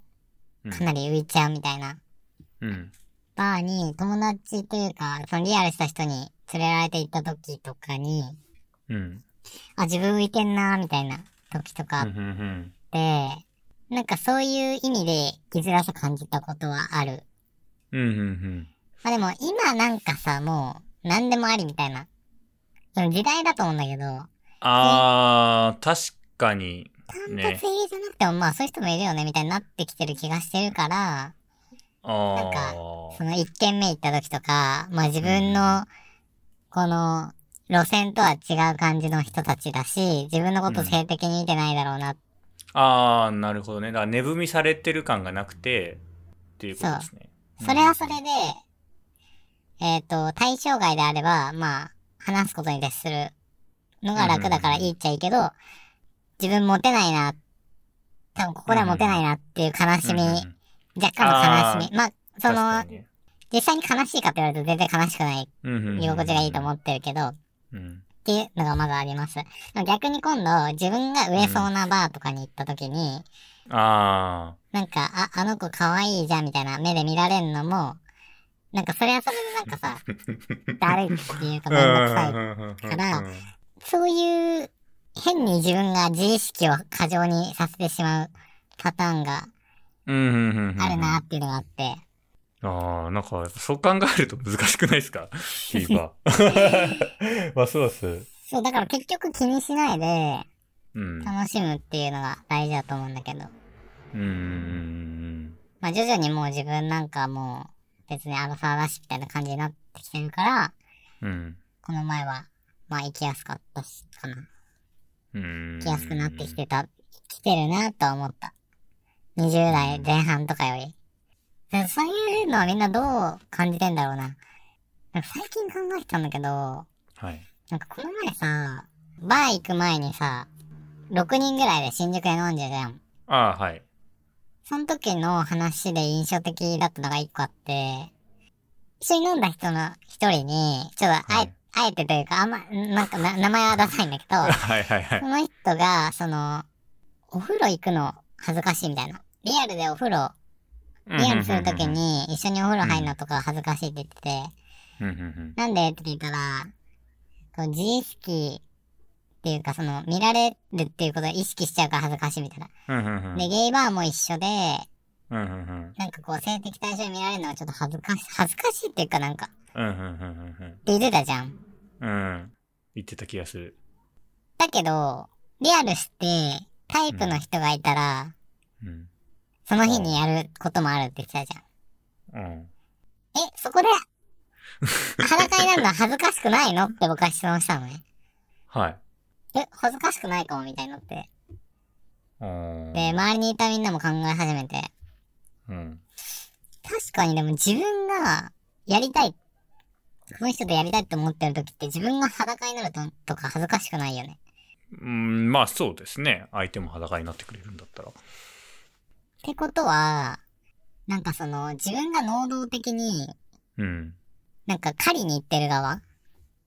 A: うん
B: かなり浮いちゃうみたいな、
A: うん。
B: バーに友達というか、そのリアルした人に連れられて行った時とかに、
A: うん。
B: あ、自分浮いてんなーみたいな時とかあ
A: う
B: っ
A: んふんふん。
B: て、なんかそういう意味で生きづらさ感じたことはある。
A: うんふんふん。
B: まあでも今なんかさ、もう何でもありみたいな。その時代だと思うんだけど、
A: あー、確かに。
B: 単
A: ね
B: 発入れじゃなくてもまあそういう人もいるよねみたいになってきてる気がしてるから、
A: あ
B: そ
A: ー。
B: の一軒目行った時とか、まあ自分のこの路線とは違う感じの人たちだし、自分のこと性的に見てないだろうな。
A: あー、なるほどね。だから、寝踏みされてる感がなくて、っていうことですね。
B: それはそれで、えっ、と、対象外であれば、まあ、話すことに徹するのが楽だからいいっちゃいいけど、自分モテないな、多分ここではモテないなっていう悲しみ、
A: うんうんうん
B: 若干の悲し
A: あ
B: み。まあ、そ
A: 確か
B: の、
A: にね
B: 実際に悲しいかって言われると全然悲しくない、
A: うんうんうん
B: 居心地がいいと思ってるけど、っ
A: うん。
B: ていうのがまずあります。でも逆に今度、自分が売れそうなバーとかに行った時に、
A: あ
B: なんか、あ、あの子可愛いじゃんみたいな目で見られるのも、なんかそれはそれでなんかさ、だるいっていうか
A: ー。
B: めんどくさい。
A: い
B: からそういう、変に自分が自意識を過剰にさせてしまうパターンが
A: うんうんうんうん。
B: あるな。っていうのがあって、
A: ああ、なんか、そう考えると難しくないですかキーパー。ますます。
B: そう、だから結局気にしないで
A: うん。
B: 楽しむっていうのが大事だと思うんだけど、
A: うんうんうん
B: まあ徐々にもう自分なんかもう別にアラサーだしみたいな感じになってきてるから、
A: うん。うん。
B: この前は、まあ行きやすかったし、かな。
A: うん。
B: 行きやすくなってきてた、来てるなとは思った。20代前半とかより。でそういうのはみんなどう感じてんだろうな。なんか最近考えてたんだけど、な
A: はい。
B: んかこの前さ、バー行く前にさ、6人ぐらいで新宿で飲んでたじゃん。
A: ああ、はい。
B: その時の話で印象的だったのが一個あって、一緒に飲んだ人の一人に、ちょっとあえ、
A: はい
B: あえてというか、あんま、なんかな名前は出さないんだけど、
A: はいはいはい
B: そ。の人が、その、お風呂行くの恥ずかしいみたいな。リアルでお風呂、リアルするときに一緒にお風呂入るのとか恥ずかしいって言ってて、
A: うんうんうん。
B: なんでって聞いたら、こう自意識っていうかその見られるっていうことを意識しちゃうから恥ずかしいみたいな。
A: うんうんうん。
B: で、ゲイバーも一緒で、
A: うんうんうん。
B: なんかこう性的対象に見られるのはちょっと恥ずかし、恥ずかしいっていうかなんか、っ
A: うんうんうん
B: て言ってたじゃん。
A: うん。うん。言ってた気がする。
B: だけど、リアルしてタイプの人がいたら、
A: うん。
B: その日にやることもあるって言ってたじゃん。
A: うん。
B: え、そこで、裸になるのは恥ずかしくないのって僕は質問したのね。
A: はい。
B: え、恥ずかしくないかもみたいになって。
A: あー
B: で、周りにいたみんなも考え始めて、
A: うん。
B: 確かにでも自分がやりたい、この人とやりたいって思ってる時って自分が裸になるととか恥ずかしくないよね。
A: うん、まあそうですね。相手も裸になってくれるんだったら。
B: ってことは、なんかその自分が能動的に
A: うん。
B: なんか狩りに行ってる側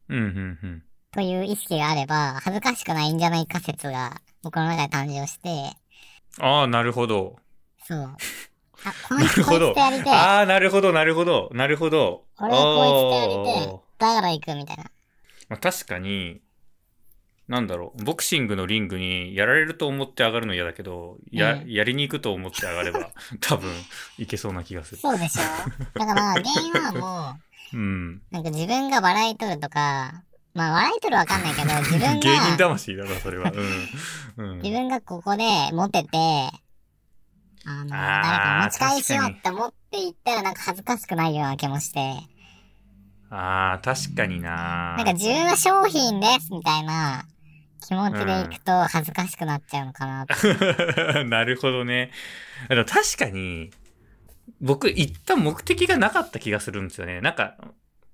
A: うん、うん、うん。
B: という意識があれば恥ずかしくないんじゃないか説が僕の中で誕生して、
A: ああ、なるほど。
B: そう。あ、
A: (laughs)
B: この
A: な
B: 人
A: る
B: こ
A: ほ
B: いつ
A: ど。
B: とやりてえ
A: ああ、なるほど、なるほど、なるほど。
B: 俺はこいつとやりて
A: あー
B: えだから行くみたいな。
A: まあ、確かに、なんだろう、ボクシングのリングにやられると思って上がるの嫌だけど、や
B: う、ん
A: やりに行くと思って上がれ
B: (laughs)
A: ば、多分、いけそうな気がする。
B: そうでしょだから原因はもう、
A: うん。 (laughs)
B: なんか自分が笑い取るとか、まあ笑い取るわかんな
A: (laughs)
B: いけど、自分が、
A: 芸人魂だな、それは。うん。うん、
B: 自分がここでモテて、
A: あ
B: あの、誰
A: ー
B: か持ち返しよう
A: 確
B: って思っていったらなんか恥ずかしくないような気もして、
A: ああ、確かにな。
B: なんか自分は商品ですみたいな気持ちでいくと恥ずかしくなっちゃうのかなって。
A: (laughs) なるほどね。でも確かに、僕、一旦目的がなかった気がするんですよね。なんか、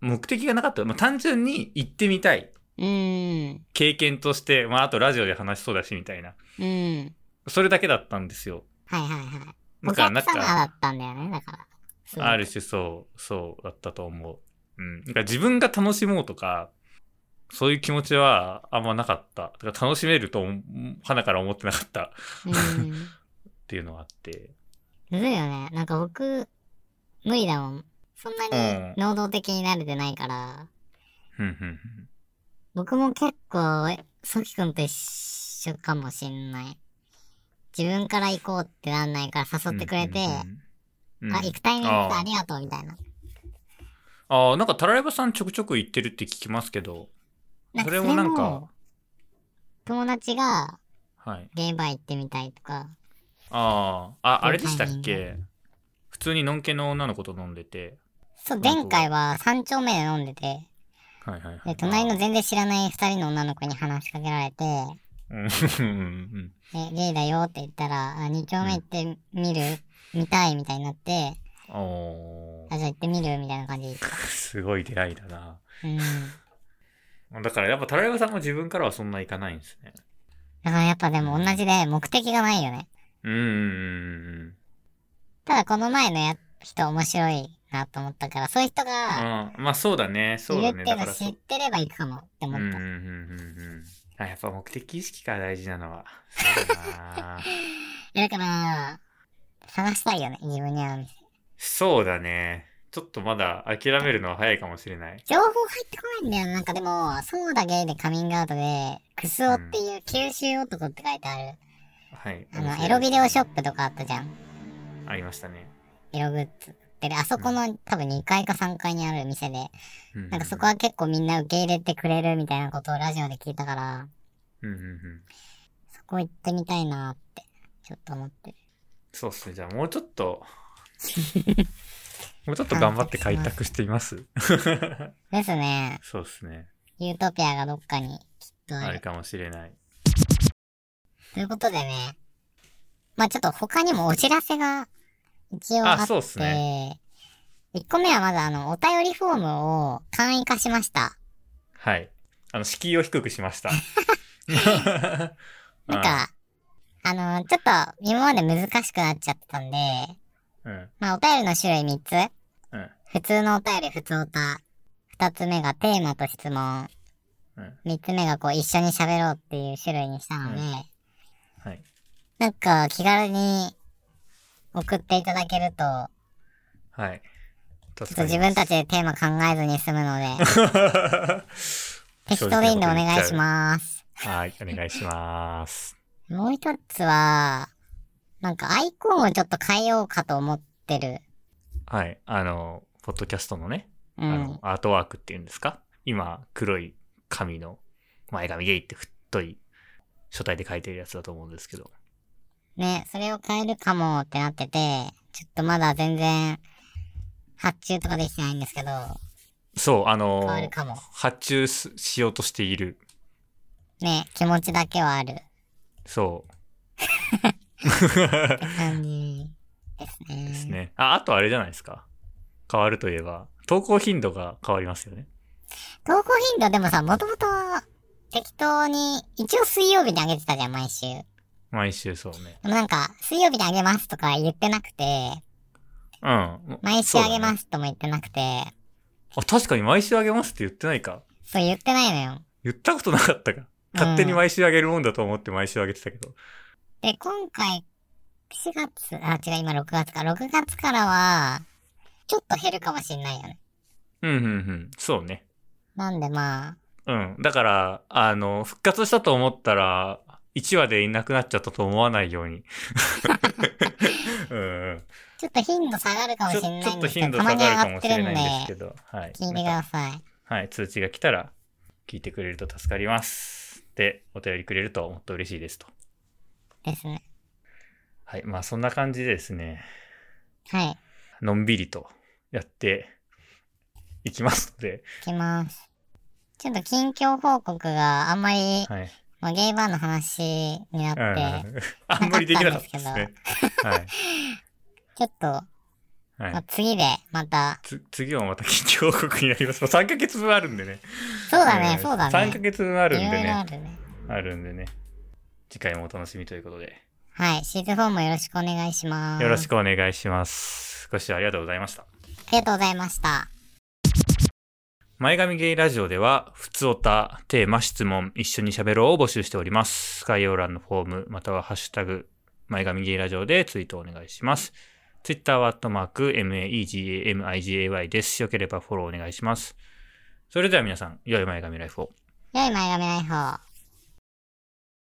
A: 目的がなかった。まあ、単純に行ってみたい。
B: うん。
A: 経験として、まあ、あとラジオで話しそうだし、みたいな。
B: うん。
A: それだけだったんですよ。
B: はいはいはい。
A: だ
B: お
A: から、
B: 客
A: なん
B: 様だ
A: か、
B: ったんだよね、だから。すごく
A: ある種そう、そうだったと思う。うん。なんか自分が楽しもうとか、そういう気持ちはあんまなかった。だから楽しめると、花から思ってなかったっ
B: うん。む
A: ていうのはあって。
B: ずいよね。なんか僕、無理だもん。そんな
A: うん
B: に能動的になれてないから。
A: うん、うん、
B: 僕も結構、えソキ君と一緒かもしんない。自分から行こうってなんないから
A: うん。
B: 誘ってくれて、
A: うん、うん
B: あ、行くタイミングで
A: あー
B: ありがとうみたいな。
A: ああ、なんかタラレバさんちょくちょく行ってるって聞きますけど、
B: なん
A: そ
B: か
A: れもなんか、、
B: 友達が
A: はい。
B: ゲーバー行ってみたいとか、
A: ああ、あ、あれでした
B: そ
A: っ
B: うタイミ
A: け普通にのんけの女の子と飲んでて、
B: そう、
A: なるほど
B: 前回は3丁目で飲んでて、
A: はいはいはい。
B: で、隣の全然知らない2人の女の子に話しかけられて、
A: うんうんうん
B: え、ゲイだよって言ったら、あ、2丁目行ってみる、見たいみたいになって、
A: うん。おー
B: あ、じゃあ行ってみるみたいな感じで行った。
A: すごい出会いだな。
B: うん。
A: だからやっぱタラレバさんも自分からはそんな行かないんですね。
B: だからやっぱでも同じで目的がないよね。
A: うんうんうんうん。
B: ただこの前のや人面白いなと思ったから、そういう人が
A: あーまあそうだね、
B: い
A: そう
B: るっ
A: だ
B: て
A: ね。
B: いう
A: だ
B: の
A: か
B: を
A: ら
B: 知
A: そ
B: っ、てれば行くかもって
A: うん
B: 思
A: うん
B: っ
A: う
B: た。
A: んうんうん。あ、やっぱ目的意識が大事なのは。そうだな。
B: だから、探したいよね、自分に合う店。
A: そうだね。ちょっとまだ諦めるのは早いかもしれない。
B: 情報入ってこないんだよな。なんかでも、そうだゲイでカミングアウトで、クスオっていう九州男って書いてある、
A: はい。
B: あの、エロビデオショップとかあったじゃん。
A: ありましたね。
B: エログッズ。で、あそこの多分2階か3階にある店で、
A: うん
B: なんかそこ。は結構みんな受け入れてくれるみたいなことをラジオで聞いたから、
A: うんうんうん。
B: そこ行ってみたいなって、ちょっと思ってる。
A: そうっすね。じゃあもうちょっ
B: (laughs)
A: と。もうちょっと頑張って開拓しています。
B: ですね。
A: そうっすね。
B: ユートピアがどっかにきっとあ
A: あ
B: る
A: る。かもしれない。
B: ということでね、まあちょっと他にもお知らせが一応あって、
A: あ、そうっすね。
B: 1個目はまずあの、お便りフォームを簡易化しました。
A: はい。あの、敷居を低くしま
B: (laughs)
A: した。
B: なんか、あの、ちょっと今まで難しくなっちゃったんで、
A: (laughs) うん、うん。
B: まあお便りの種類3つ。
A: うん
B: 普通のお便り、普通おた。2つ目がテーマと質問。
A: うん
B: 3つ目がこう一緒に喋ろうっていう種類にしたので、
A: うはい。
B: なんか気軽に送っていただけると、
A: はい。
B: ちょ
A: 助
B: っと
A: か
B: 自
A: り
B: 分たちでテーマ考えずに済むので、
A: ます。
B: 適当でいいんでお願いします。
A: (laughs) はい。お願いします。
B: もう一つは、なんかアイコンをちょっと変えようかと思ってる。
A: はい。あの、ポッドキャストのね、
B: う
A: あ
B: ん
A: の。アートワークっていうんですか今黒い紙の前髪ゲイって太い書体で書いてるやつだと思うんですけど
B: ね、それを変えるかもってなってて、ちょっとまだ全然、発注とかできてないんですけど、
A: そうあ
B: 変
A: の
B: わるかも。
A: 発注すしようとしている
B: ね、気持ち (laughs) だけはある。
A: そう
B: 感じ。ですね。
A: ですね。あ、あとあれじゃないですか。変わるといえば、投稿頻度が変わりますよね。
B: 投稿頻度でもさ、もともと適当に、一応水曜日にあげてたじゃん、毎週。で
A: 毎週そうね。
B: もなんか、水曜日にあげますとか言ってなくて、
A: うん。
B: 毎週
A: そう
B: あ
A: だね
B: げますとも言ってなくて、
A: あ、確かに毎週あげますって言ってないか。
B: そう,、言ってないのよ。
A: 言ったことなかったか。勝手に毎週あげるもんだと思って毎週あげてたけど。
B: で、今回、4月、あ、違う、今6月か。6月からは、ちょっと減るかもしんないよね。
A: うん、うん、うん。そうね。
B: なんでまあ、
A: うん。だから、あの、復活したと思ったら、1話でいなくなっちゃったと思わないよ
B: (laughs)
A: うに。うんうん、
B: ちょっと頻度下がるかも
A: ち
B: し
A: ょ
B: んない
A: ちょっと
B: んですけ
A: 頻
B: ど、
A: 度
B: たま
A: 下
B: に上
A: がるか
B: がっ
A: も
B: て
A: し
B: る
A: れな
B: んで
A: いんですけ、ど、はい。
B: 聞いてく
A: ま
B: ださい。
A: たはい。通知が来たら、聞いてくれると助かります。で、お便りくれるともっと嬉しいですと。
B: ですね。
A: はい。まあ、そんな感じでですね、
B: はい。い
A: のんびりとやっていきますので、
B: きます。ちょっと近況報告があんまり、
A: はい。
B: まあ、ゲイバーの話に
A: うん
B: な
A: (laughs)
B: って、
A: あんまりできなかったですね。はい。
B: ちょっと、
A: はい
B: まあ、次でまた、
A: つ次はまた緊急報告になります。もう3ヶ月分あるんでね。
B: そうだね
A: ん、
B: そうだ
A: 3ヶ
B: ね。
A: 月分あ
B: いろ
A: るん
B: い
A: で
B: ろあ
A: ね。
B: るね。
A: あるんでね。次回もお楽しみということで。
B: はい、シーズン4もよろしくお願いします。
A: よろしくお願いします。ご視聴ありがとうございました。
B: ありがとうございました。
A: 前髪ゲイラジオでは、普通おた、テーマ、質問、一緒に喋ろうを募集しております。概要欄のフォーム、またはハッシュタグ、前髪ゲイラジオでツイートお願いします。ツイッターはアットマーク、MAEGAMIGAY です。よければフォローお願いします。それでは皆さん、良い前髪ライフを。
B: 良い前髪ライフを。